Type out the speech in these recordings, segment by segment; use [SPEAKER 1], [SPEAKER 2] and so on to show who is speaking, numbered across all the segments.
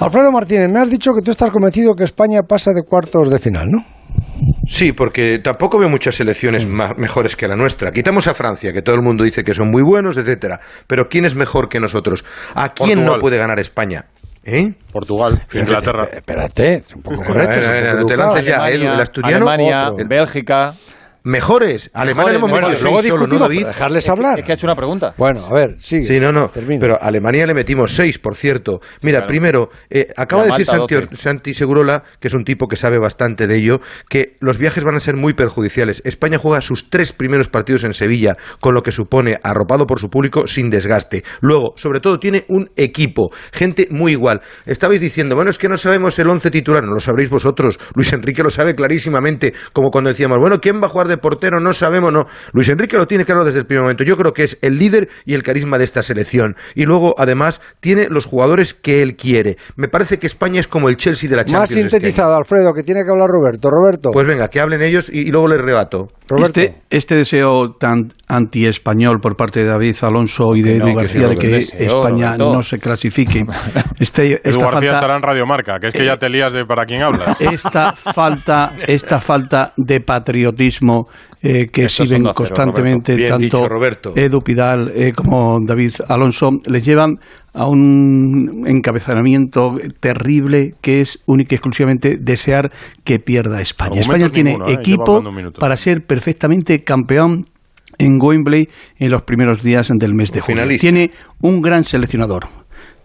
[SPEAKER 1] Alfredo Martínez, me has dicho que tú estás convencido que España pasa de cuartos de final, ¿no?
[SPEAKER 2] Sí, porque tampoco veo muchas
[SPEAKER 1] Mm.
[SPEAKER 2] selecciones más, mejores que la nuestra. Quitamos a Francia, que todo el mundo dice que son muy buenos, etcétera. Pero ¿quién es mejor que nosotros? ¿A quién
[SPEAKER 3] Portugal.
[SPEAKER 2] no puede ganar España? ¿Eh?
[SPEAKER 3] Portugal, Inglaterra.
[SPEAKER 1] Eh, Espérate, es un poco correcto.
[SPEAKER 2] Bueno,
[SPEAKER 1] es un
[SPEAKER 2] bueno,
[SPEAKER 1] poco
[SPEAKER 2] te
[SPEAKER 1] educado.
[SPEAKER 2] lances ya, Edu, el asturiano.
[SPEAKER 4] Alemania,
[SPEAKER 2] otro.
[SPEAKER 4] Bélgica.
[SPEAKER 2] Mejores. Alemania le hemos
[SPEAKER 4] Mejores,
[SPEAKER 2] metido
[SPEAKER 4] mejores.
[SPEAKER 2] seis
[SPEAKER 1] Luego
[SPEAKER 2] solo, ¿no,
[SPEAKER 1] discutimos,
[SPEAKER 2] David?
[SPEAKER 1] pero dejarles hablar.
[SPEAKER 4] Es que ha hecho una pregunta.
[SPEAKER 1] Bueno, a ver, sigue.
[SPEAKER 2] Sí, no, no.
[SPEAKER 1] Termina.
[SPEAKER 2] Pero a Alemania le metimos seis, por cierto. Mira,
[SPEAKER 4] claro.
[SPEAKER 2] primero, eh, acaba
[SPEAKER 4] Y a
[SPEAKER 2] de decir
[SPEAKER 4] Malta,
[SPEAKER 2] Santi,
[SPEAKER 4] 12.
[SPEAKER 2] Santi Segurola, que es un tipo que sabe bastante de ello, que los viajes van a ser muy perjudiciales. España juega sus tres primeros partidos en Sevilla, con lo que supone arropado por su público sin desgaste. Luego, sobre todo, tiene un equipo, gente muy igual. Estabais diciendo, bueno, es que no sabemos el once titular, no lo sabréis vosotros. Luis Enrique lo sabe clarísimamente, como cuando decíamos, bueno, ¿quién va a jugar de portero? No sabemos, no. Luis Enrique lo tiene claro desde el primer momento. Yo creo que es el líder y el carisma de esta selección. Y luego, además, tiene los jugadores que él quiere. Me parece que España es como el Chelsea de la
[SPEAKER 1] Más
[SPEAKER 2] Champions. este
[SPEAKER 1] sintetizado, Alfredo, que tiene que hablar Roberto. Roberto,
[SPEAKER 2] año. Pues venga, que hablen ellos y, y luego les rebato.
[SPEAKER 1] Roberto.
[SPEAKER 5] Este, este deseo tan anti-español por parte de David Alonso y de
[SPEAKER 2] no,
[SPEAKER 5] Edu
[SPEAKER 2] que
[SPEAKER 5] García
[SPEAKER 2] sí,
[SPEAKER 5] de que
[SPEAKER 4] deseo,
[SPEAKER 5] España
[SPEAKER 4] Roberto.
[SPEAKER 5] no se clasifique, este,
[SPEAKER 3] Edu
[SPEAKER 5] esta,
[SPEAKER 3] García
[SPEAKER 5] falta,
[SPEAKER 3] estará
[SPEAKER 5] Eh,
[SPEAKER 3] en Radiomarca, que es que ya te lías de para quién hablas.
[SPEAKER 5] esta, falta, esta falta de patriotismo eh, que
[SPEAKER 4] Estos son
[SPEAKER 5] exhiben
[SPEAKER 4] dos cero,
[SPEAKER 5] constantemente
[SPEAKER 2] Roberto. Bien dicho,
[SPEAKER 5] tanto
[SPEAKER 2] Roberto.
[SPEAKER 5] Edu Pidal eh, como David Alonso les llevan a un encabezamiento terrible que es única y exclusivamente desear que pierda España. España
[SPEAKER 3] Argumentos
[SPEAKER 5] tiene
[SPEAKER 3] ninguno, ¿eh? Lleva
[SPEAKER 5] equipo
[SPEAKER 3] hablando un minuto.
[SPEAKER 5] para ser perfectamente campeón en Wembley en los primeros días del mes de julio.
[SPEAKER 2] Finalista.
[SPEAKER 5] Tiene un gran seleccionador.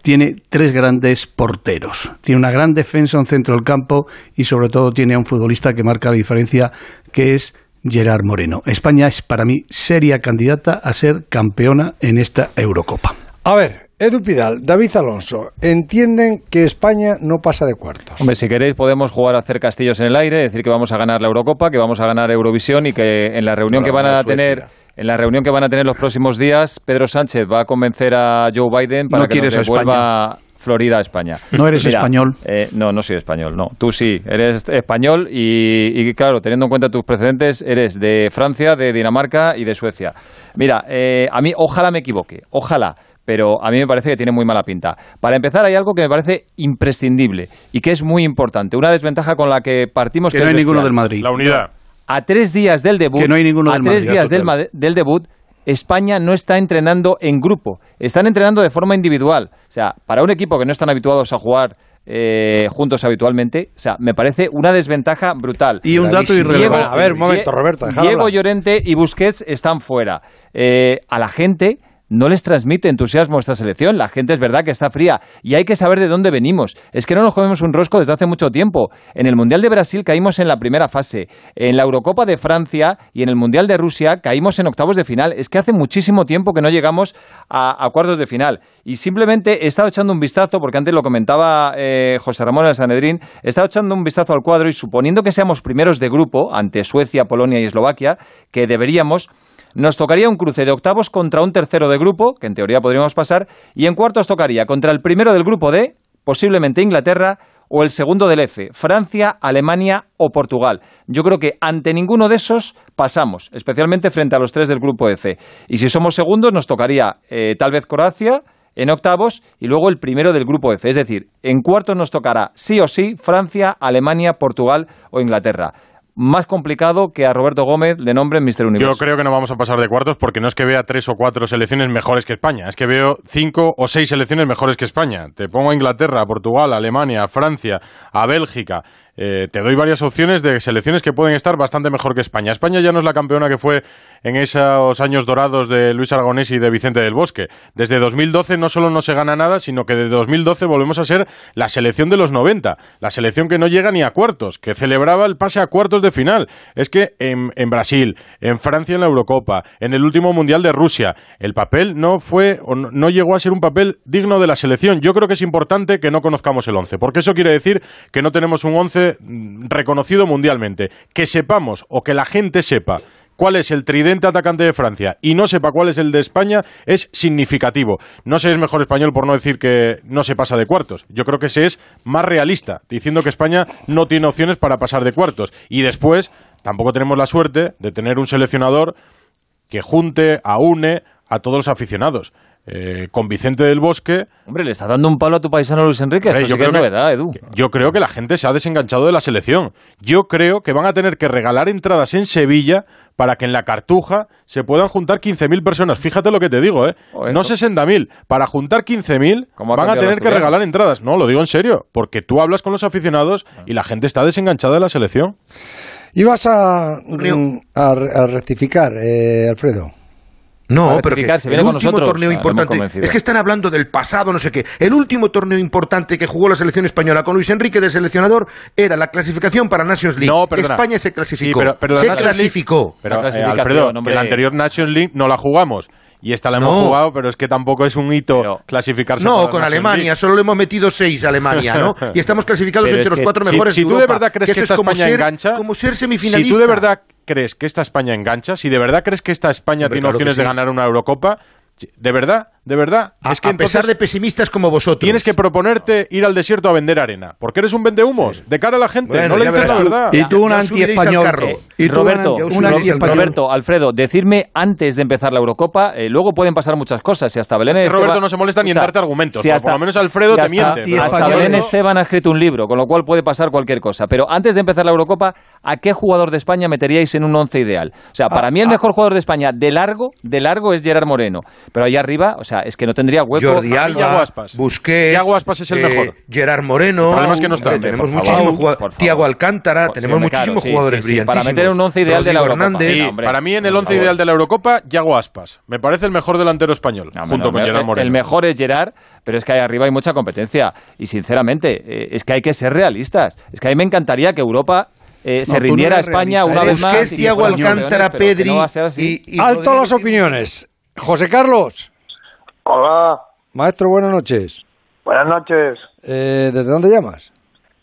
[SPEAKER 5] Tiene tres grandes porteros. Tiene una gran defensa, un centro del campo y sobre todo tiene a un futbolista que marca la diferencia que es Gerard Moreno. España es para mí seria candidata a ser campeona en esta Eurocopa.
[SPEAKER 1] A ver, Edu Pidal, David Alonso, entienden que España no pasa de cuartos.
[SPEAKER 4] Hombre, si queréis podemos jugar a hacer castillos en el aire, decir que vamos a ganar la Eurocopa, que vamos a ganar Eurovisión y que en la reunión que van a tener en la reunión que van a tener los próximos días, Pedro Sánchez va a convencer a Joe Biden para
[SPEAKER 5] No
[SPEAKER 4] que nos
[SPEAKER 5] quieres a
[SPEAKER 4] devuelva Florida a España.
[SPEAKER 5] No eres español.
[SPEAKER 4] eh, no, no soy español, no. Tú sí, eres español y, y, claro, teniendo en cuenta tus precedentes, eres de Francia, de Dinamarca y de Suecia. Mira, eh, a mí ojalá me equivoque, ojalá, pero a mí me parece que tiene muy mala pinta. Para empezar, hay algo que me parece imprescindible y que es muy importante. Una desventaja con la que partimos
[SPEAKER 5] Que
[SPEAKER 4] que
[SPEAKER 5] no hay
[SPEAKER 4] es
[SPEAKER 5] ninguno
[SPEAKER 4] bestial.
[SPEAKER 5] del Madrid.
[SPEAKER 3] La unidad.
[SPEAKER 4] A tres días del debut,
[SPEAKER 5] Que no hay ninguno
[SPEAKER 4] a
[SPEAKER 5] del
[SPEAKER 4] tres
[SPEAKER 5] Madrid,
[SPEAKER 4] días
[SPEAKER 5] ya,
[SPEAKER 4] del,
[SPEAKER 5] total.
[SPEAKER 4] Mad- del debut, España no está entrenando en grupo, están entrenando de forma individual. O sea, para un equipo que no están habituados a jugar eh, juntos habitualmente, o sea, me parece una desventaja brutal.
[SPEAKER 5] Y un dato
[SPEAKER 1] Gravísimo.
[SPEAKER 5] irrelevante.
[SPEAKER 1] Bueno, a ver, un momento,
[SPEAKER 4] Die-
[SPEAKER 1] Roberto, déjalo
[SPEAKER 4] Diego
[SPEAKER 1] hablar.
[SPEAKER 4] Llorente y Busquets están fuera. Eh, a la gente no les transmite entusiasmo esta selección. La gente es verdad que está fría y hay que saber de dónde venimos. Es que no nos comemos un rosco desde hace mucho tiempo. En el Mundial de Brasil caímos en la primera fase, en la Eurocopa de Francia y en el Mundial de Rusia caímos en octavos de final. Es que hace muchísimo tiempo que no llegamos a, a cuartos de final. Y simplemente he estado echando un vistazo, porque antes lo comentaba eh, José Ramón al Sanedrín, he estado echando un vistazo al cuadro y suponiendo que seamos primeros de grupo ante Suecia, Polonia y Eslovaquia, que deberíamos, nos tocaría un cruce de octavos contra un tercero de grupo, que en teoría podríamos pasar, y en cuartos tocaría contra el primero del grupo D, posiblemente Inglaterra, o el segundo del F, Francia, Alemania o Portugal. Yo creo que ante ninguno de esos pasamos, especialmente frente a los tres del grupo F. Y si somos segundos, nos tocaría eh, tal vez Croacia en octavos y luego el primero del grupo F. Es decir, en cuartos nos tocará sí o sí Francia, Alemania, Portugal o Inglaterra. Más complicado que a Roberto Gómez le nombren Mister
[SPEAKER 3] Yo
[SPEAKER 4] Universo.
[SPEAKER 3] creo que no vamos a pasar de cuartos porque no es que vea tres o cuatro selecciones mejores que España, es que veo cinco o seis selecciones mejores que España. Te pongo a Inglaterra, a Portugal, a Alemania, a Francia, a Bélgica. Eh, te doy varias opciones de selecciones que pueden estar bastante mejor que España. España ya no es la campeona que fue en esos años dorados de Luis Aragonés y de Vicente del Bosque. Desde 2012 no solo no se gana nada, sino que de 2012 volvemos a ser la selección de los 90, la selección que no llega ni a cuartos, que celebraba el pase a cuartos de final. Es que en, en Brasil, en Francia en la Eurocopa, en el último Mundial de Rusia, el papel no fue o no, no llegó a ser un papel digno de la selección. Yo creo que es importante que no conozcamos el 11, porque eso quiere decir que no tenemos un 11 reconocido mundialmente, que sepamos o que la gente sepa cuál es el tridente atacante de Francia y no sepa cuál es el de España es significativo. No se es mejor español por no decir que no se pasa de cuartos. Yo creo que se es más realista, diciendo que España no tiene opciones para pasar de cuartos. Y después, tampoco tenemos la suerte de tener un seleccionador que junte, aúne a todos los aficionados. eh, con Vicente del Bosque.
[SPEAKER 4] Hombre, le está dando un palo a tu paisano Luis Enrique.
[SPEAKER 3] Hombre,
[SPEAKER 4] Esto
[SPEAKER 3] yo
[SPEAKER 4] sí que es
[SPEAKER 3] creo que-
[SPEAKER 4] novedad, Edu.
[SPEAKER 3] Yo creo que la gente se ha desenganchado de la selección. Yo creo que van a tener que regalar entradas en Sevilla para que en la Cartuja se puedan juntar 15.000 personas. Fíjate lo que te digo, ¿eh?
[SPEAKER 4] Joder,
[SPEAKER 3] no
[SPEAKER 4] no.
[SPEAKER 3] 60.000. Para juntar 15.000
[SPEAKER 4] Oh, ¿Cómo ha
[SPEAKER 3] van a
[SPEAKER 4] cambiado
[SPEAKER 3] tener
[SPEAKER 4] esto
[SPEAKER 3] que
[SPEAKER 4] ya?
[SPEAKER 3] regalar entradas. No, lo digo en serio. Porque tú hablas con los aficionados y la gente está desenganchada de la selección.
[SPEAKER 1] Ibas a, mm, a, re- a rectificar, eh, Alfredo.
[SPEAKER 2] No,
[SPEAKER 4] Para
[SPEAKER 2] pero que el
[SPEAKER 4] criticar, se viene
[SPEAKER 2] último
[SPEAKER 4] con nosotros.
[SPEAKER 2] torneo
[SPEAKER 4] Ah, lo hemos
[SPEAKER 2] importante
[SPEAKER 4] convencido.
[SPEAKER 2] es que están hablando del pasado, no sé qué. El último torneo importante que jugó la selección española con Luis Enrique de seleccionador era la clasificación para Nations League.
[SPEAKER 3] No, perdona.
[SPEAKER 2] España se clasificó.
[SPEAKER 3] Sí, pero- pero la
[SPEAKER 2] se
[SPEAKER 3] Nations League-
[SPEAKER 2] clasificó.
[SPEAKER 3] Pero,
[SPEAKER 4] La
[SPEAKER 3] eh,
[SPEAKER 4] clasificación,
[SPEAKER 3] Alfredo, que
[SPEAKER 4] hombre.
[SPEAKER 3] la anterior Nations League no la jugamos. Y esta la hemos
[SPEAKER 2] No.
[SPEAKER 3] jugado, pero es que tampoco es un hito
[SPEAKER 4] Pero-
[SPEAKER 3] clasificarse. para
[SPEAKER 2] No,
[SPEAKER 3] la
[SPEAKER 2] con
[SPEAKER 3] Nations
[SPEAKER 2] Alemania,
[SPEAKER 3] League.
[SPEAKER 2] solo le hemos metido seis a Alemania, ¿no? Y estamos clasificados
[SPEAKER 4] Pero
[SPEAKER 2] entre
[SPEAKER 4] es
[SPEAKER 2] los
[SPEAKER 4] que
[SPEAKER 2] cuatro
[SPEAKER 3] Si-
[SPEAKER 2] mejores
[SPEAKER 3] si,
[SPEAKER 2] de
[SPEAKER 3] tú de
[SPEAKER 2] Europa,
[SPEAKER 3] verdad crees que,
[SPEAKER 2] eso
[SPEAKER 3] esta
[SPEAKER 2] es como
[SPEAKER 3] España
[SPEAKER 2] ser-
[SPEAKER 3] engancha,
[SPEAKER 2] como ser
[SPEAKER 3] si
[SPEAKER 2] semifinalista.
[SPEAKER 3] tú de verdad crees que esta España engancha, si de verdad crees que esta España
[SPEAKER 2] Hombre,
[SPEAKER 3] tiene
[SPEAKER 2] claro que
[SPEAKER 3] opciones de
[SPEAKER 2] sí.
[SPEAKER 3] ganar una Eurocopa, si- de verdad, de verdad,
[SPEAKER 2] A,
[SPEAKER 3] es que
[SPEAKER 2] a pesar
[SPEAKER 3] entonces
[SPEAKER 2] de pesimistas como vosotros.
[SPEAKER 3] tienes que proponerte ir al desierto a vender arena, porque eres un vendehumos de cara a la gente,
[SPEAKER 2] Bueno,
[SPEAKER 3] no le
[SPEAKER 2] ya
[SPEAKER 3] dices la
[SPEAKER 2] verás tú.
[SPEAKER 3] verdad.
[SPEAKER 5] Y tú un
[SPEAKER 2] Ya os subiréis al
[SPEAKER 5] anti-español.
[SPEAKER 2] carro.
[SPEAKER 5] Eh,
[SPEAKER 4] Y
[SPEAKER 5] y tú un
[SPEAKER 4] Roberto,
[SPEAKER 5] anti- un
[SPEAKER 2] un anti-español.
[SPEAKER 5] anti-español.
[SPEAKER 4] Roberto, Alfredo, decirme antes de empezar la Eurocopa, eh, luego pueden pasar muchas cosas. Si hasta Belén
[SPEAKER 3] Es que
[SPEAKER 4] Esteban-
[SPEAKER 3] Roberto no se molesta ni en darte argumentos, pero por lo menos Alfredo te
[SPEAKER 4] hasta-
[SPEAKER 3] miente,
[SPEAKER 5] pero
[SPEAKER 4] Hasta
[SPEAKER 5] Alfredo-
[SPEAKER 4] Belén Esteban ha escrito un libro, con lo cual puede pasar cualquier cosa. Pero antes de empezar la Eurocopa, ¿a qué jugador de España meteríais en un once ideal? O sea,
[SPEAKER 5] Ah,
[SPEAKER 4] para mí el mejor jugador de España de largo, de largo es Gerard Moreno. Pero allá arriba, o sea, es que no tendría hueco.
[SPEAKER 2] Jordi
[SPEAKER 3] a mí Yago
[SPEAKER 2] Alba,
[SPEAKER 3] Aspas.
[SPEAKER 2] Busquets, eh,
[SPEAKER 3] Yago Aspas es el mejor.
[SPEAKER 2] Gerard Moreno.
[SPEAKER 3] El problema es que no está.
[SPEAKER 2] Eh, Tenemos
[SPEAKER 4] Por favor,
[SPEAKER 2] muchísimos
[SPEAKER 4] por
[SPEAKER 2] jugadores.
[SPEAKER 4] favor.
[SPEAKER 2] Tiago Alcántara,
[SPEAKER 4] Por-
[SPEAKER 2] tenemos
[SPEAKER 4] sí, hombre, claro,
[SPEAKER 2] muchísimos
[SPEAKER 4] sí,
[SPEAKER 2] jugadores
[SPEAKER 4] sí, sí, para
[SPEAKER 2] brillantísimos.
[SPEAKER 4] meter un once ideal de la
[SPEAKER 2] Rodrigo
[SPEAKER 4] Eurocopa.
[SPEAKER 2] Hernández.
[SPEAKER 3] Sí,
[SPEAKER 4] No, hombre,
[SPEAKER 3] para mí en
[SPEAKER 4] por
[SPEAKER 3] el once
[SPEAKER 4] favor.
[SPEAKER 3] ideal de la Eurocopa, Yago Aspas. Me parece el mejor delantero español,
[SPEAKER 4] No,
[SPEAKER 3] junto
[SPEAKER 4] no,
[SPEAKER 3] con
[SPEAKER 4] Ah, el-
[SPEAKER 3] Gerard Moreno.
[SPEAKER 4] El mejor es Gerard, pero es que ahí arriba hay mucha competencia. Y sinceramente, eh, es que hay que ser realistas. Es que a mí me encantaría que Europa eh, se
[SPEAKER 5] tú no
[SPEAKER 4] rindiera a
[SPEAKER 5] eres
[SPEAKER 4] España
[SPEAKER 5] realista, ¿eh?
[SPEAKER 4] una vez más.
[SPEAKER 2] Busquets,
[SPEAKER 4] y que
[SPEAKER 2] Tiago
[SPEAKER 4] fueran
[SPEAKER 2] Alcántara,
[SPEAKER 4] campeones, pero que
[SPEAKER 2] Pedri.
[SPEAKER 4] no va a ser así.
[SPEAKER 2] y- y
[SPEAKER 1] Alto
[SPEAKER 2] Rodrigo-
[SPEAKER 1] las opiniones. José Carlos,
[SPEAKER 6] Hola,
[SPEAKER 1] maestro, buenas noches.
[SPEAKER 6] buenas noches.
[SPEAKER 1] Eh, ¿Desde dónde llamas?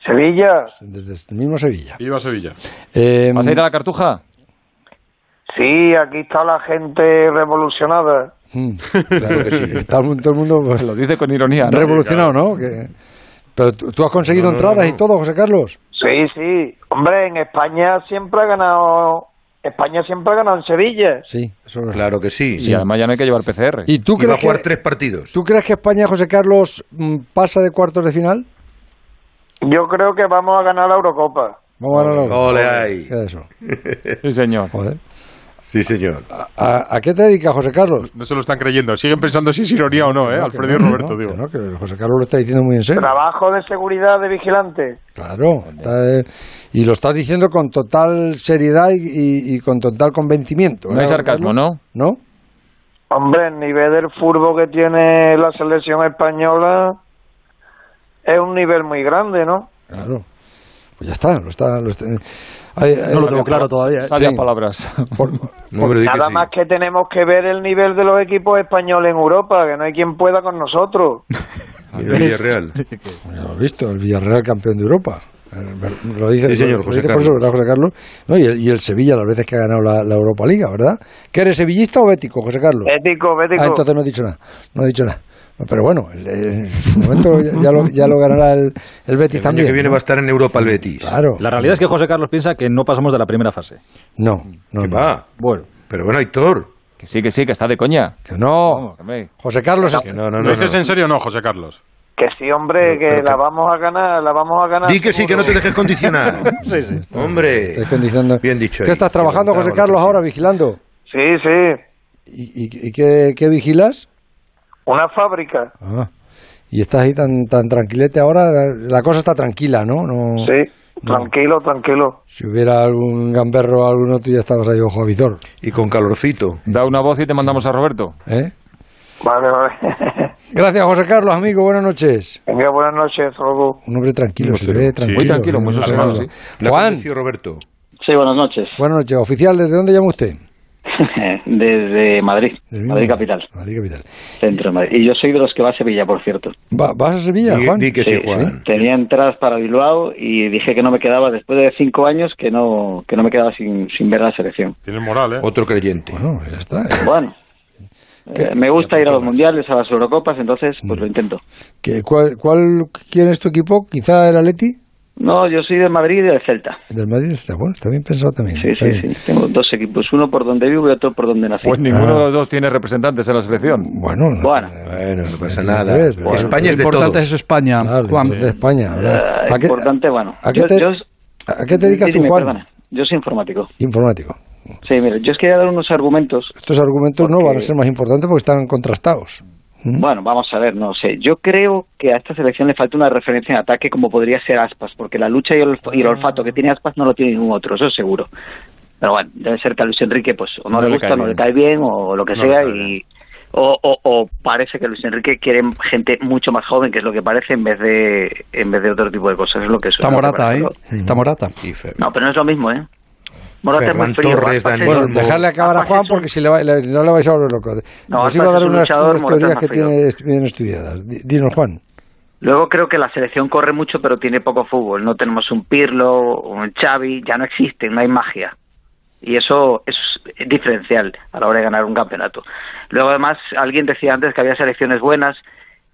[SPEAKER 6] Sevilla,
[SPEAKER 1] Desde el mismo Sevilla.
[SPEAKER 3] Iba a Sevilla.
[SPEAKER 1] Eh,
[SPEAKER 4] ¿Vas a ir a la cartuja?
[SPEAKER 6] sí, aquí está la gente revolucionada.
[SPEAKER 1] mm, claro que sí. Está el mu- todo el mundo pues,
[SPEAKER 4] Lo dice con ironía. ¿no?
[SPEAKER 1] revolucionado, ¿no? Que- pero tú, tú has conseguido entradas y todo, José Carlos.
[SPEAKER 6] Sí, sí. Hombre, en España siempre ha ganado. España siempre ha ganado en Sevilla.
[SPEAKER 1] Sí, eso es.
[SPEAKER 2] Claro que sí.
[SPEAKER 4] Y además ya no hay que llevar PCR.
[SPEAKER 1] ¿Y tú
[SPEAKER 2] Y va a
[SPEAKER 1] crees,
[SPEAKER 2] jugar
[SPEAKER 1] que,
[SPEAKER 2] tres partidos.
[SPEAKER 1] tú crees que España, José Carlos, mm, pasa de cuartos de final?
[SPEAKER 6] Yo creo que vamos a ganar la Eurocopa.
[SPEAKER 1] Vamos a ganar ahora.
[SPEAKER 2] Ole ahí.
[SPEAKER 1] ¿Qué es eso?
[SPEAKER 4] Sí, señor.
[SPEAKER 1] Joder.
[SPEAKER 2] Sí, señor.
[SPEAKER 1] ¿A- ¿A, a qué te dedicas, José Carlos?
[SPEAKER 3] No se lo están creyendo. Siguen pensando si es ironía o no, ¿eh?
[SPEAKER 1] No,
[SPEAKER 3] Alfredo y
[SPEAKER 1] que no,
[SPEAKER 3] Roberto,
[SPEAKER 1] no,
[SPEAKER 3] digo.
[SPEAKER 1] que no, que José Carlos lo está diciendo muy en serio.
[SPEAKER 6] Trabajo de seguridad de vigilante.
[SPEAKER 1] Claro. está, eh, y lo estás diciendo con total seriedad y, y- y con total convencimiento.
[SPEAKER 4] No
[SPEAKER 1] ¿eh,
[SPEAKER 4] hay
[SPEAKER 1] José
[SPEAKER 4] sarcasmo,
[SPEAKER 1] Carlos? ¿No?
[SPEAKER 6] Hombre, el nivel del fútbol que tiene la selección española es un nivel muy grande, ¿no?
[SPEAKER 1] Claro. Pues ya está, lo está. Lo está- Ay, ay,
[SPEAKER 7] No lo tengo claro todavía. ¿eh?
[SPEAKER 4] Sabias
[SPEAKER 1] Sí.
[SPEAKER 4] palabras.
[SPEAKER 1] por-
[SPEAKER 2] No, pero Pues di que
[SPEAKER 6] Nada
[SPEAKER 2] sí.
[SPEAKER 6] más que tenemos que ver el nivel de los equipos españoles en Europa, que no hay quien pueda con nosotros.
[SPEAKER 2] El Villarreal.
[SPEAKER 1] Ya lo he visto, el Villarreal campeón de Europa. Eh, Lo dice,
[SPEAKER 2] Sí, señor,
[SPEAKER 1] lo
[SPEAKER 2] José
[SPEAKER 1] dice por
[SPEAKER 2] Carlos.
[SPEAKER 1] eso, ¿verdad, José Carlos? No, y, el, y el Sevilla, las veces que ha ganado la, la Europa Liga, ¿verdad? ¿Que eres sevillista o bético, José Carlos?
[SPEAKER 6] Bético, bético.
[SPEAKER 1] Ah, entonces no he dicho nada. No he dicho nada. No, Pero bueno, el- el- en su momento ya, ya lo, ya lo ganará el, el Betis
[SPEAKER 2] El año
[SPEAKER 1] también.
[SPEAKER 2] que viene
[SPEAKER 1] ¿no?
[SPEAKER 2] va a estar en Europa el Betis.
[SPEAKER 1] Claro.
[SPEAKER 7] La realidad es que José Carlos piensa que no pasamos de la primera fase.
[SPEAKER 1] No, no.
[SPEAKER 2] Que
[SPEAKER 1] no.
[SPEAKER 2] va.
[SPEAKER 7] Bueno,
[SPEAKER 2] Pero bueno, Héctor.
[SPEAKER 4] que sí, que sí, que está de coña.
[SPEAKER 1] Que no.
[SPEAKER 4] Vamos, hombre.
[SPEAKER 1] José Carlos,
[SPEAKER 2] Que
[SPEAKER 1] hasta-
[SPEAKER 2] no, no,
[SPEAKER 3] ¿Lo
[SPEAKER 2] no,
[SPEAKER 3] dices
[SPEAKER 2] no.
[SPEAKER 3] en serio o no, José Carlos?
[SPEAKER 6] Que sí, hombre, que la vamos a ganar, la vamos a ganar.
[SPEAKER 2] Di que sí, que no te
[SPEAKER 6] seguro.
[SPEAKER 2] dejes condicionar. Hombre.
[SPEAKER 1] estoy condicionando.
[SPEAKER 2] Eh, Bien dicho.
[SPEAKER 1] ¿Qué
[SPEAKER 2] ahí.
[SPEAKER 1] estás trabajando,
[SPEAKER 2] Que
[SPEAKER 1] José
[SPEAKER 2] levantaba la
[SPEAKER 1] Carlos, ahora
[SPEAKER 2] presión.
[SPEAKER 1] vigilando?
[SPEAKER 6] Sí, sí.
[SPEAKER 1] ¿Y, y- y qué, qué vigilas?
[SPEAKER 6] Una fábrica.
[SPEAKER 1] Ah, y estás ahí tan, tan tranquilete ahora, la cosa está tranquila, ¿no? no
[SPEAKER 6] Sí. Tranquilo, tranquilo.
[SPEAKER 1] Si hubiera algún gamberro o alguno, tú ya estabas ahí, ojo a visor,
[SPEAKER 2] Y con calorcito.
[SPEAKER 4] Da una voz y te mandamos a Roberto.
[SPEAKER 1] ¿eh?
[SPEAKER 6] Vale, vale.
[SPEAKER 1] Gracias, José Carlos, amigo, buenas noches.
[SPEAKER 6] Venga, buenas noches, Robo.
[SPEAKER 1] Un hombre tranquilo, se le ve tranquilo.
[SPEAKER 4] Muy tranquilo, muy
[SPEAKER 1] ¿no?
[SPEAKER 4] sosegado,
[SPEAKER 1] Claro.
[SPEAKER 2] pues La
[SPEAKER 1] Juan,
[SPEAKER 2] convenció Roberto.
[SPEAKER 8] Sí, buenas noches.
[SPEAKER 1] buenas noches. Oficial, ¿desde dónde llama usted?
[SPEAKER 8] Desde Madrid,
[SPEAKER 1] Desde
[SPEAKER 8] Madrid
[SPEAKER 1] Bilbao.
[SPEAKER 8] capital,
[SPEAKER 1] Madrid Capital.
[SPEAKER 8] centro de Madrid. Y yo soy de los que va a Sevilla, por cierto.
[SPEAKER 1] Va- ¿Vas a Sevilla,
[SPEAKER 2] Di-
[SPEAKER 1] Juan?
[SPEAKER 2] di que sí, Juan.
[SPEAKER 8] Tenía entradas para Bilbao y dije que no me quedaba, después de cinco años, que no, que no me quedaba sin, sin ver la selección.
[SPEAKER 3] Tienes moral, ¿eh?
[SPEAKER 2] Otro creyente.
[SPEAKER 1] Bueno, pues ya está.
[SPEAKER 8] Bueno,
[SPEAKER 1] ¿Qué? Mm.
[SPEAKER 8] eh, me gusta ir a los mundiales, a las Eurocopas, entonces pues lo intento.
[SPEAKER 1] ¿Qué- cuál, cuál- quién es tu equipo? ¿Quizá el Atleti?
[SPEAKER 8] No, yo soy de Madrid y del Celta.
[SPEAKER 1] Del Madrid está bueno, está bien pensado también.
[SPEAKER 8] Sí,
[SPEAKER 1] está
[SPEAKER 8] sí,
[SPEAKER 1] bien.
[SPEAKER 8] sí. Tengo dos equipos, uno por donde vivo y otro por donde nací.
[SPEAKER 4] Pues
[SPEAKER 1] Ah.
[SPEAKER 4] ninguno de los dos tiene representantes en la selección.
[SPEAKER 1] Bueno, no-
[SPEAKER 8] Bueno.
[SPEAKER 1] bueno,
[SPEAKER 2] No pasa
[SPEAKER 1] tiene
[SPEAKER 2] nada.
[SPEAKER 1] que ver, pero-
[SPEAKER 2] España es
[SPEAKER 5] Lo
[SPEAKER 2] de
[SPEAKER 5] importante
[SPEAKER 2] todos.
[SPEAKER 5] es España,
[SPEAKER 1] Claro,
[SPEAKER 5] Juan.
[SPEAKER 1] entonces España,
[SPEAKER 8] Ah,
[SPEAKER 1] ¿verdad? ¿A qué,
[SPEAKER 8] importante, bueno.
[SPEAKER 1] ¿a qué
[SPEAKER 8] Yo-
[SPEAKER 1] te,
[SPEAKER 8] yo-
[SPEAKER 1] a qué te dedicas
[SPEAKER 8] Sí, sí,
[SPEAKER 1] tú,
[SPEAKER 8] me
[SPEAKER 1] Juan?
[SPEAKER 8] perdona. Yo soy informático.
[SPEAKER 1] Informático.
[SPEAKER 8] Sí, mira, yo os quería dar unos argumentos.
[SPEAKER 1] Estos argumentos no
[SPEAKER 8] Porque-
[SPEAKER 1] van a ser más importantes porque están contrastados. ¿Mm?
[SPEAKER 8] Bueno, vamos a ver, no sé. Yo creo que a esta selección le falta una referencia en ataque como podría ser Aspas, porque la lucha y el, olf- y el olfato que tiene Aspas no lo tiene ningún otro, eso es seguro. Pero bueno, debe ser que a Luis Enrique pues o no,
[SPEAKER 4] No
[SPEAKER 8] le
[SPEAKER 4] le
[SPEAKER 8] gusta,
[SPEAKER 4] cae
[SPEAKER 8] no le
[SPEAKER 4] bien.
[SPEAKER 8] cae bien o lo que
[SPEAKER 3] No le
[SPEAKER 8] sea
[SPEAKER 3] cae
[SPEAKER 8] y o, o- o parece que Luis Enrique quiere gente mucho más joven, que es lo que parece en vez de en vez de otro tipo de cosas, es lo que es.
[SPEAKER 5] Está Morata, ¿eh? Está Morata.
[SPEAKER 2] Y Fer-
[SPEAKER 8] No, pero no es lo mismo, ¿eh? Morata es muy
[SPEAKER 2] Ferran
[SPEAKER 8] frío.
[SPEAKER 2] Torres,
[SPEAKER 8] Aspas es-
[SPEAKER 1] Bueno,
[SPEAKER 2] Enormo.
[SPEAKER 1] dejarle acabar a
[SPEAKER 8] Aspas es
[SPEAKER 1] Juan
[SPEAKER 8] un-
[SPEAKER 1] porque si le va- le- no le vais a volver loco.
[SPEAKER 8] No,
[SPEAKER 1] Os iba a
[SPEAKER 8] Aspas
[SPEAKER 1] dar
[SPEAKER 8] es un
[SPEAKER 1] unas,
[SPEAKER 8] luchador, Morata
[SPEAKER 1] unas
[SPEAKER 8] es
[SPEAKER 1] teorías
[SPEAKER 8] más
[SPEAKER 1] que
[SPEAKER 8] frío.
[SPEAKER 1] tiene est- bien estudiadas. Di- Dinos, Juan.
[SPEAKER 8] Luego creo que la selección corre mucho, pero tiene poco fútbol. No tenemos un Pirlo, un Xavi, ya no existen, no hay magia. Y eso es diferencial a la hora de ganar un campeonato. Luego, además, alguien decía antes que había selecciones buenas,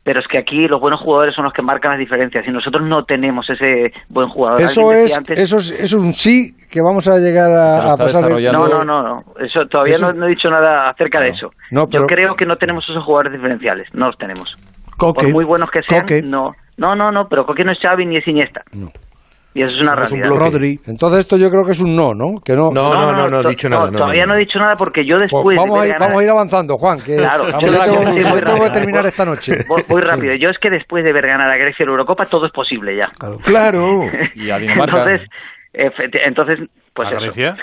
[SPEAKER 8] pero es que aquí los buenos jugadores son los que marcan las diferencias y nosotros no tenemos ese buen jugador.
[SPEAKER 1] Eso
[SPEAKER 8] Alguien decía
[SPEAKER 1] es,
[SPEAKER 8] antes-
[SPEAKER 1] eso, es, eso es un sí que vamos a llegar
[SPEAKER 4] Pero
[SPEAKER 1] a, a
[SPEAKER 4] está
[SPEAKER 1] pasar de-
[SPEAKER 4] desarrollando-
[SPEAKER 8] No, no, no, no. Eso todavía
[SPEAKER 1] Eso-
[SPEAKER 8] no, no he dicho nada acerca de eso.
[SPEAKER 1] No, pero-
[SPEAKER 8] Yo creo que no tenemos esos jugadores diferenciales. No los tenemos.
[SPEAKER 5] Coque.
[SPEAKER 8] Por muy buenos que sean,
[SPEAKER 5] Coque.
[SPEAKER 8] no. No, no, no, pero Coque no es Xavi ni es Iniesta. Y eso es una
[SPEAKER 2] Somos un
[SPEAKER 8] realidad.
[SPEAKER 2] bloque.
[SPEAKER 5] Rodri.
[SPEAKER 1] Entonces esto yo creo que es un no, ¿no? Que no.
[SPEAKER 2] No, no, no, no, he
[SPEAKER 8] to-
[SPEAKER 2] dicho nada. no,
[SPEAKER 8] todavía no, he dicho nada porque yo
[SPEAKER 1] Pues
[SPEAKER 8] después. de
[SPEAKER 1] vamos, a
[SPEAKER 8] ver
[SPEAKER 1] ir,
[SPEAKER 8] ganar-
[SPEAKER 1] vamos a ir avanzando, Juan, que
[SPEAKER 8] Claro,
[SPEAKER 1] vamos,
[SPEAKER 8] yo
[SPEAKER 1] yo
[SPEAKER 8] la
[SPEAKER 1] tengo,
[SPEAKER 8] quiero decir
[SPEAKER 1] yo
[SPEAKER 8] muy
[SPEAKER 1] tengo que
[SPEAKER 8] rápido.
[SPEAKER 1] terminar esta noche.
[SPEAKER 8] Voy, voy rápido. Yo es que después de ver ganar a Grecia la Eurocopa, todo es posible ya.
[SPEAKER 2] Claro.
[SPEAKER 4] Y a Dinamarca.
[SPEAKER 8] entonces, efecti- entonces, pues
[SPEAKER 3] ¿A
[SPEAKER 8] eso.
[SPEAKER 3] Grecia?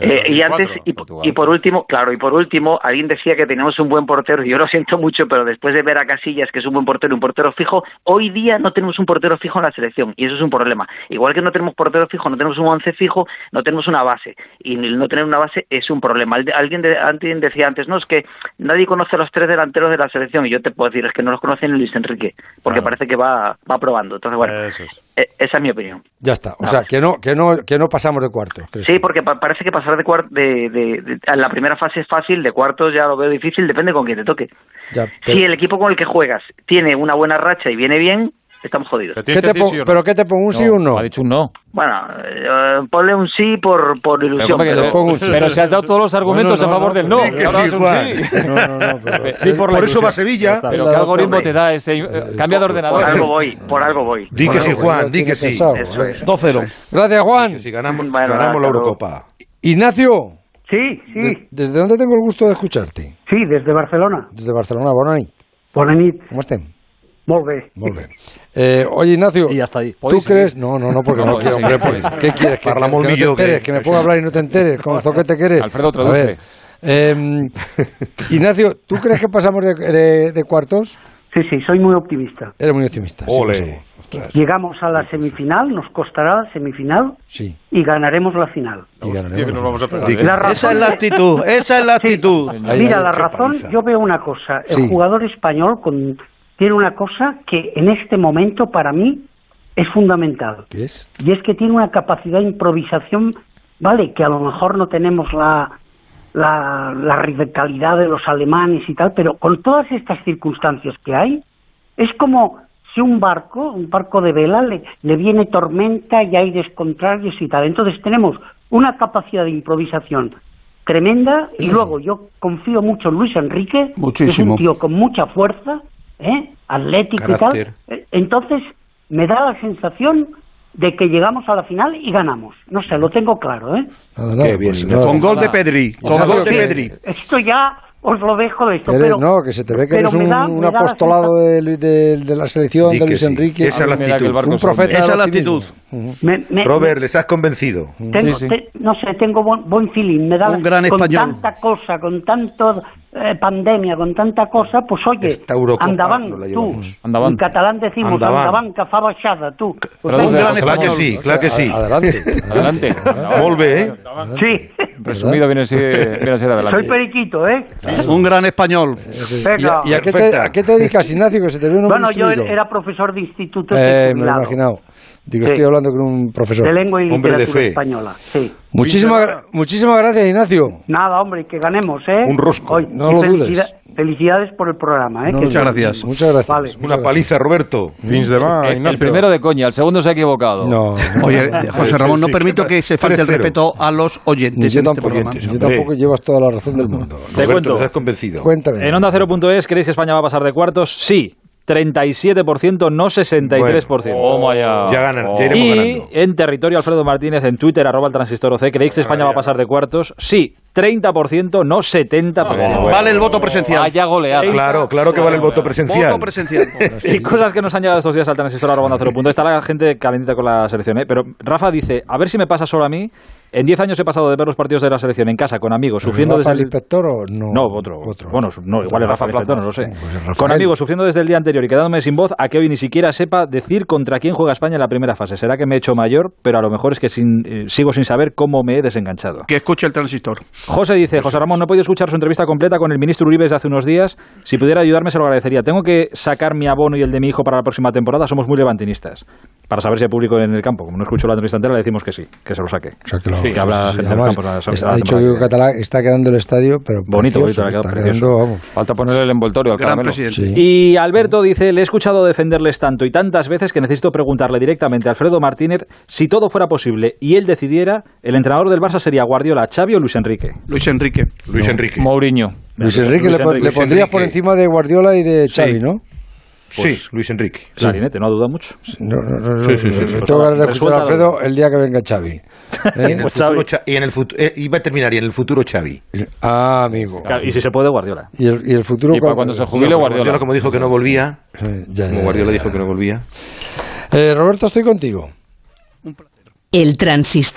[SPEAKER 8] Eh, y antes y,
[SPEAKER 4] Portugal.
[SPEAKER 8] y por último, claro, y por último, alguien decía que teníamos un buen portero. y Yo lo siento mucho, pero después de ver a Casillas que es un buen portero, un portero fijo, hoy día no tenemos un portero fijo en la selección y eso es un problema. Igual que no tenemos portero fijo, no tenemos un once fijo, no tenemos una base y el no tener una base es un problema. Al- Alguien, de- alguien decía antes, no es que nadie conoce a los tres delanteros de la selección y yo te puedo decir es que no los conoce ni Luis Enrique porque
[SPEAKER 3] Claro.
[SPEAKER 8] parece que va va probando. Entonces bueno,
[SPEAKER 3] Eso es.
[SPEAKER 8] e- esa es mi opinión.
[SPEAKER 1] Ya está, o
[SPEAKER 8] Nada
[SPEAKER 1] sea,
[SPEAKER 8] más.
[SPEAKER 1] que no, que no, que no pasamos de cuarto. ¿crees?
[SPEAKER 8] Sí, porque pa- parece que pasar de, cuart- de, de- de- a la primera fase es fácil, de cuartos ya lo veo difícil, depende con quién te toque.
[SPEAKER 1] Ya, pero-
[SPEAKER 8] Si el equipo con el que juegas tiene una buena racha y viene bien, estamos jodidos.
[SPEAKER 3] Te
[SPEAKER 1] ¿Qué
[SPEAKER 3] tienes
[SPEAKER 1] te
[SPEAKER 3] que decir
[SPEAKER 1] pon-
[SPEAKER 3] sí o no.
[SPEAKER 1] ¿Pero qué te pongo un sí o un no?
[SPEAKER 4] Ha dicho un no.
[SPEAKER 8] Bueno, eh, ponle un sí por, por
[SPEAKER 4] Pero,
[SPEAKER 8] ilusión.
[SPEAKER 4] ¿cómo que
[SPEAKER 8] pero-
[SPEAKER 4] le-
[SPEAKER 1] pongo un sí.
[SPEAKER 4] pero si has dado todos los argumentos
[SPEAKER 1] Bueno, no,
[SPEAKER 4] a favor
[SPEAKER 1] no,
[SPEAKER 4] del no.
[SPEAKER 1] di
[SPEAKER 2] que
[SPEAKER 4] ahora
[SPEAKER 2] sí,
[SPEAKER 4] das un
[SPEAKER 2] Juan.
[SPEAKER 4] sí.
[SPEAKER 1] No, no, no, pero-
[SPEAKER 4] Sí, por la
[SPEAKER 2] Por eso
[SPEAKER 4] ilusión.
[SPEAKER 2] va a Sevilla.
[SPEAKER 4] Pero qué
[SPEAKER 1] Claro,
[SPEAKER 4] algoritmo
[SPEAKER 8] hombre.
[SPEAKER 4] te da ese... eh, Cambia de
[SPEAKER 8] por algo
[SPEAKER 4] ordenador.
[SPEAKER 8] voy, por algo voy.
[SPEAKER 2] Di
[SPEAKER 8] Por
[SPEAKER 2] que
[SPEAKER 8] algo
[SPEAKER 2] sí,
[SPEAKER 8] voy.
[SPEAKER 2] Juan,
[SPEAKER 1] Bueno,
[SPEAKER 2] di que
[SPEAKER 1] tiene
[SPEAKER 2] sí.
[SPEAKER 1] pensado.
[SPEAKER 8] Eso es.
[SPEAKER 5] 2-0.
[SPEAKER 1] Gracias, Juan.
[SPEAKER 2] Si ganamos,
[SPEAKER 8] Bueno,
[SPEAKER 2] ganamos la
[SPEAKER 8] hasta luego.
[SPEAKER 2] Eurocopa.
[SPEAKER 1] Ignacio,
[SPEAKER 9] Sí, sí,
[SPEAKER 1] de- ¿desde dónde tengo el gusto de escucharte?
[SPEAKER 9] sí, desde Barcelona.
[SPEAKER 1] Desde Barcelona, bona nit.
[SPEAKER 9] Bona nit,
[SPEAKER 1] ¿Cómo estén?
[SPEAKER 9] molt bé.
[SPEAKER 1] Molt bé. Eh, oye, Ignacio,
[SPEAKER 7] Y hasta ahí.
[SPEAKER 1] ¿tú
[SPEAKER 7] Podéis seguir.
[SPEAKER 1] crees? No, no, no, porque no,
[SPEAKER 4] No,
[SPEAKER 1] quiero,
[SPEAKER 4] sí,
[SPEAKER 1] hombre,
[SPEAKER 4] sí,
[SPEAKER 1] pues,
[SPEAKER 4] sí.
[SPEAKER 1] ¿qué quieres? Que,
[SPEAKER 2] Parla
[SPEAKER 1] que-
[SPEAKER 2] molt
[SPEAKER 1] que no te
[SPEAKER 2] millor que-
[SPEAKER 1] enteres, que, me
[SPEAKER 2] que
[SPEAKER 1] puedo
[SPEAKER 2] sí.
[SPEAKER 1] hablar y no te enteres, con el zoquete que eres.
[SPEAKER 4] Alfredo,
[SPEAKER 1] A ver,
[SPEAKER 4] traduce.
[SPEAKER 1] eh, Ignacio, ¿tú crees que pasamos de, de- de cuartos?
[SPEAKER 9] Sí, sí, soy muy optimista.
[SPEAKER 1] Eres muy optimista. sí,
[SPEAKER 2] Ole.
[SPEAKER 1] lo somos. Ostras,
[SPEAKER 9] Llegamos a la semifinal, nos costará la semifinal
[SPEAKER 1] sí.
[SPEAKER 9] y ganaremos la final.
[SPEAKER 1] Y ganaremos.
[SPEAKER 3] Tío, que nos vamos a ¿eh? pegar.
[SPEAKER 2] Di
[SPEAKER 1] Eh,
[SPEAKER 2] que-
[SPEAKER 9] La razón-
[SPEAKER 5] Esa es la actitud, esa es la actitud.
[SPEAKER 1] Ahí,
[SPEAKER 9] Mira,
[SPEAKER 1] ahí,
[SPEAKER 9] la
[SPEAKER 1] qué
[SPEAKER 9] razón,
[SPEAKER 1] paliza.
[SPEAKER 9] yo veo una cosa. El
[SPEAKER 1] Sí.
[SPEAKER 9] jugador español con- tiene una cosa que en este momento para mí es fundamental.
[SPEAKER 1] ¿Qué es?
[SPEAKER 9] Y es que tiene una capacidad de improvisación, vale, que a lo mejor no tenemos la, la, la radicalidad de los alemanes y tal, pero con todas estas circunstancias que hay, es como si un barco, un barco de vela, le, le viene tormenta y aires contrarios y tal. Entonces tenemos una capacidad de improvisación tremenda y luego yo confío mucho en Luis Enrique, que es
[SPEAKER 5] Muchísimo.
[SPEAKER 9] un tío con mucha fuerza, ¿eh? atlético y
[SPEAKER 2] Carácter.
[SPEAKER 9] tal. Eh, Entonces, me da la sensación de que llegamos a la final y ganamos. No sé, lo tengo claro, ¿eh?
[SPEAKER 1] Nada, nada,
[SPEAKER 2] Qué bien,
[SPEAKER 1] pues,
[SPEAKER 2] Ignacio.
[SPEAKER 1] nada.
[SPEAKER 5] Con gol de Pedri, con
[SPEAKER 1] Ignacio,
[SPEAKER 5] gol de
[SPEAKER 1] que-
[SPEAKER 5] Pedri.
[SPEAKER 9] Esto ya os lo dejo de esto,
[SPEAKER 1] Eres-
[SPEAKER 9] pero...
[SPEAKER 1] no, que se te ve que
[SPEAKER 9] pero
[SPEAKER 1] eres
[SPEAKER 9] me
[SPEAKER 1] un,
[SPEAKER 9] da-
[SPEAKER 1] un
[SPEAKER 9] me da la
[SPEAKER 1] apostolado de, de- de la selección,
[SPEAKER 2] Di
[SPEAKER 1] de
[SPEAKER 2] que
[SPEAKER 1] Luis
[SPEAKER 2] sí.
[SPEAKER 1] Enrique.
[SPEAKER 2] Esa es la
[SPEAKER 4] Me da que el
[SPEAKER 2] actitud.
[SPEAKER 4] barco
[SPEAKER 1] un
[SPEAKER 4] se hunde.
[SPEAKER 1] profeta
[SPEAKER 5] Esa es
[SPEAKER 1] del
[SPEAKER 5] la
[SPEAKER 1] optimismo.
[SPEAKER 5] actitud.
[SPEAKER 1] Ujú.
[SPEAKER 9] sensación- me- me-
[SPEAKER 2] Robert, les has convencido.
[SPEAKER 9] tengo-
[SPEAKER 4] Sí, sí.
[SPEAKER 9] te- no sé, tengo buen, buen feeling, me da
[SPEAKER 5] Un
[SPEAKER 9] la-
[SPEAKER 5] gran
[SPEAKER 9] con
[SPEAKER 5] español.
[SPEAKER 9] tanta cosa, con tanto eh, pandemia, con tanta cosa, pues oye,
[SPEAKER 2] Esta Eurocopa
[SPEAKER 9] andaban,
[SPEAKER 2] no la
[SPEAKER 9] tú,
[SPEAKER 2] llevamos.
[SPEAKER 4] Andaban.
[SPEAKER 9] en catalán decimos
[SPEAKER 2] Andaban.
[SPEAKER 9] andaban, que fa baixada, tú. Pues
[SPEAKER 4] Traduce,
[SPEAKER 5] Un gran
[SPEAKER 4] José
[SPEAKER 2] Claro que
[SPEAKER 4] Manuel.
[SPEAKER 2] sí, claro que sí.
[SPEAKER 1] Ah, Adelante.
[SPEAKER 4] Adelante.
[SPEAKER 2] Molt bé, eh?
[SPEAKER 9] sí,
[SPEAKER 4] Resumido viene a ser viene a ser
[SPEAKER 9] soy
[SPEAKER 4] adelante.
[SPEAKER 9] periquito, ¿eh?
[SPEAKER 5] Un gran español.
[SPEAKER 1] ¿Y, a,
[SPEAKER 9] Venga.
[SPEAKER 1] y a qué te,
[SPEAKER 2] Perfecta.
[SPEAKER 1] a qué te dedicas, Ignacio? Que se te ve un hombre
[SPEAKER 9] Bueno, yo
[SPEAKER 1] instruido.
[SPEAKER 9] era profesor de instituto
[SPEAKER 1] Eh, me lo he
[SPEAKER 9] titulado,
[SPEAKER 1] imaginado. Digo,
[SPEAKER 9] Sí.
[SPEAKER 1] estoy hablando con un profesor.
[SPEAKER 9] de lengua y
[SPEAKER 2] Hombre de
[SPEAKER 9] literatura
[SPEAKER 2] fe.
[SPEAKER 9] española. Sí.
[SPEAKER 1] Muchísimas, gra- muchísimas gracias, Ignacio.
[SPEAKER 9] Nada, hombre, que ganemos, ¿eh?
[SPEAKER 2] Un rosco.
[SPEAKER 9] Oye,
[SPEAKER 1] No
[SPEAKER 9] y
[SPEAKER 1] lo
[SPEAKER 9] felicidad-
[SPEAKER 1] dudes.
[SPEAKER 9] Felicidades por el programa. ¿eh?
[SPEAKER 5] No,
[SPEAKER 9] Que-
[SPEAKER 5] muchas gracias.
[SPEAKER 1] Muchas gracias.
[SPEAKER 9] Vale.
[SPEAKER 2] Una
[SPEAKER 1] Muchas
[SPEAKER 2] paliza, Roberto.
[SPEAKER 3] Fins
[SPEAKER 8] Eh,
[SPEAKER 3] de va,
[SPEAKER 4] El,
[SPEAKER 3] Ignacio.
[SPEAKER 4] primero de coña, el segundo se ha equivocado.
[SPEAKER 1] No,
[SPEAKER 2] Este
[SPEAKER 1] no.
[SPEAKER 5] Oye, José Ramón, no
[SPEAKER 2] sí,
[SPEAKER 5] permito
[SPEAKER 2] sí,
[SPEAKER 5] que se falte el
[SPEAKER 2] 3-0.
[SPEAKER 5] respeto a los
[SPEAKER 1] Ni
[SPEAKER 5] oyentes
[SPEAKER 1] yo
[SPEAKER 5] en este
[SPEAKER 1] tampoco,
[SPEAKER 5] programa.
[SPEAKER 1] yo tampoco llevas toda la razón del mundo.
[SPEAKER 7] Te
[SPEAKER 2] Roberto,
[SPEAKER 7] cuento.
[SPEAKER 2] nos has convencido.
[SPEAKER 1] Cuéntame.
[SPEAKER 7] En onda 0.es, ¿creéis que España va a pasar de cuartos? Sí. 37%, no 63%.
[SPEAKER 4] Bueno. Toma ya.
[SPEAKER 2] Ya ganan, ya iremos
[SPEAKER 7] Y
[SPEAKER 2] ganando.
[SPEAKER 7] en territorio Alfredo Martínez, en Twitter, arroba el transistor OC, ¿creéis que España va a pasar de cuartos? Sí, 30%, no
[SPEAKER 4] Ah,
[SPEAKER 7] 70%.
[SPEAKER 5] Vale el voto presencial.
[SPEAKER 4] Vaya goleada.
[SPEAKER 2] Claro, claro que vale el voto presencial.
[SPEAKER 5] Voto presencial.
[SPEAKER 7] Y cosas que nos han llegado estos días al transistor arroba onda cero punto. Está la gente calentita con la selección, ¿eh? Pero Rafa dice, a ver si me pasa solo a mí. En 10 años he pasado de ver los partidos de la selección en casa, con amigos, sufriendo
[SPEAKER 1] ¿Rafa
[SPEAKER 7] desde el...
[SPEAKER 1] Inspector o no?
[SPEAKER 7] No, otro. Bueno, su- no, igual es Rafa
[SPEAKER 1] Plaza.
[SPEAKER 7] Plaza, no lo sé.
[SPEAKER 1] Pues es Rafael.
[SPEAKER 7] Con amigos, sufriendo desde el día anterior y quedándome sin voz, a que hoy ni siquiera sepa decir contra quién juega España en la primera fase. Será que me he hecho mayor, pero a lo mejor es que sin- eh, sigo sin saber cómo me he desenganchado.
[SPEAKER 5] Que escuche el transistor.
[SPEAKER 7] José dice, José Ramón, no he podido escuchar su entrevista completa con el ministro Uribe desde hace unos días. Si pudiera ayudarme, se lo agradecería. Tengo que sacar mi abono y el de mi hijo para la próxima temporada. Somos muy levantinistas. Para saber si hay público en el campo. Como no escucho la entrevista entera, le decimos que sí, que se lo saque.
[SPEAKER 1] O sea, que lo-
[SPEAKER 7] Sí, que habla gente del
[SPEAKER 1] además,
[SPEAKER 7] campo, la- la-
[SPEAKER 1] está-
[SPEAKER 7] la
[SPEAKER 1] ha dicho
[SPEAKER 7] temporada
[SPEAKER 1] que
[SPEAKER 7] que
[SPEAKER 1] Catalá está quedando el estadio, pero
[SPEAKER 7] Bonito,
[SPEAKER 1] precioso,
[SPEAKER 7] bonito, le ha quedado
[SPEAKER 1] está
[SPEAKER 7] precioso.
[SPEAKER 1] quedando, vamos.
[SPEAKER 4] Falta ponerle el envoltorio al
[SPEAKER 5] Gran
[SPEAKER 4] caramelo.
[SPEAKER 5] presidente.
[SPEAKER 1] Sí.
[SPEAKER 7] Y Alberto dice, le he escuchado defenderles tanto y tantas veces que necesito preguntarle directamente a Alfredo Martínez si todo fuera posible y él decidiera, el entrenador del Barça sería Guardiola, Xavi o Luis Enrique.
[SPEAKER 5] Luis Enrique.
[SPEAKER 2] Luis Enrique.
[SPEAKER 4] Mourinho.
[SPEAKER 1] Luis Enrique
[SPEAKER 2] Luis
[SPEAKER 1] le, pon-
[SPEAKER 2] Enrique,
[SPEAKER 1] le
[SPEAKER 2] Luis
[SPEAKER 1] pondrías
[SPEAKER 2] Enrique.
[SPEAKER 1] por encima de Guardiola y de Xavi, ¿no?
[SPEAKER 2] Sí, Luis Enrique.
[SPEAKER 7] Clarinete, no ha dudado mucho.
[SPEAKER 1] No, no, no, no,
[SPEAKER 2] Sí, sí, sí,
[SPEAKER 1] no,
[SPEAKER 2] sí.
[SPEAKER 1] Tengo ganas de escuchar a
[SPEAKER 7] Resuelta la
[SPEAKER 1] Alfredo el día que venga Xavi. ¿eh?
[SPEAKER 2] Y en el
[SPEAKER 7] Pues
[SPEAKER 2] futuro,
[SPEAKER 7] Xavi.
[SPEAKER 2] Cha- y en el futuro, eh, iba a terminar, y en el futuro Xavi.
[SPEAKER 1] Ah, amigo.
[SPEAKER 7] Claro, y si se puede, Guardiola.
[SPEAKER 1] Y el, y el futuro...
[SPEAKER 4] Y para cuando se jubile
[SPEAKER 2] No,
[SPEAKER 4] Guardiola.
[SPEAKER 2] pues como dijo que no volvía,
[SPEAKER 1] Eh, ya, ya,
[SPEAKER 2] como Guardiola dijo que no volvía.
[SPEAKER 1] ya. Eh, Roberto, estoy contigo.
[SPEAKER 10] El transistor.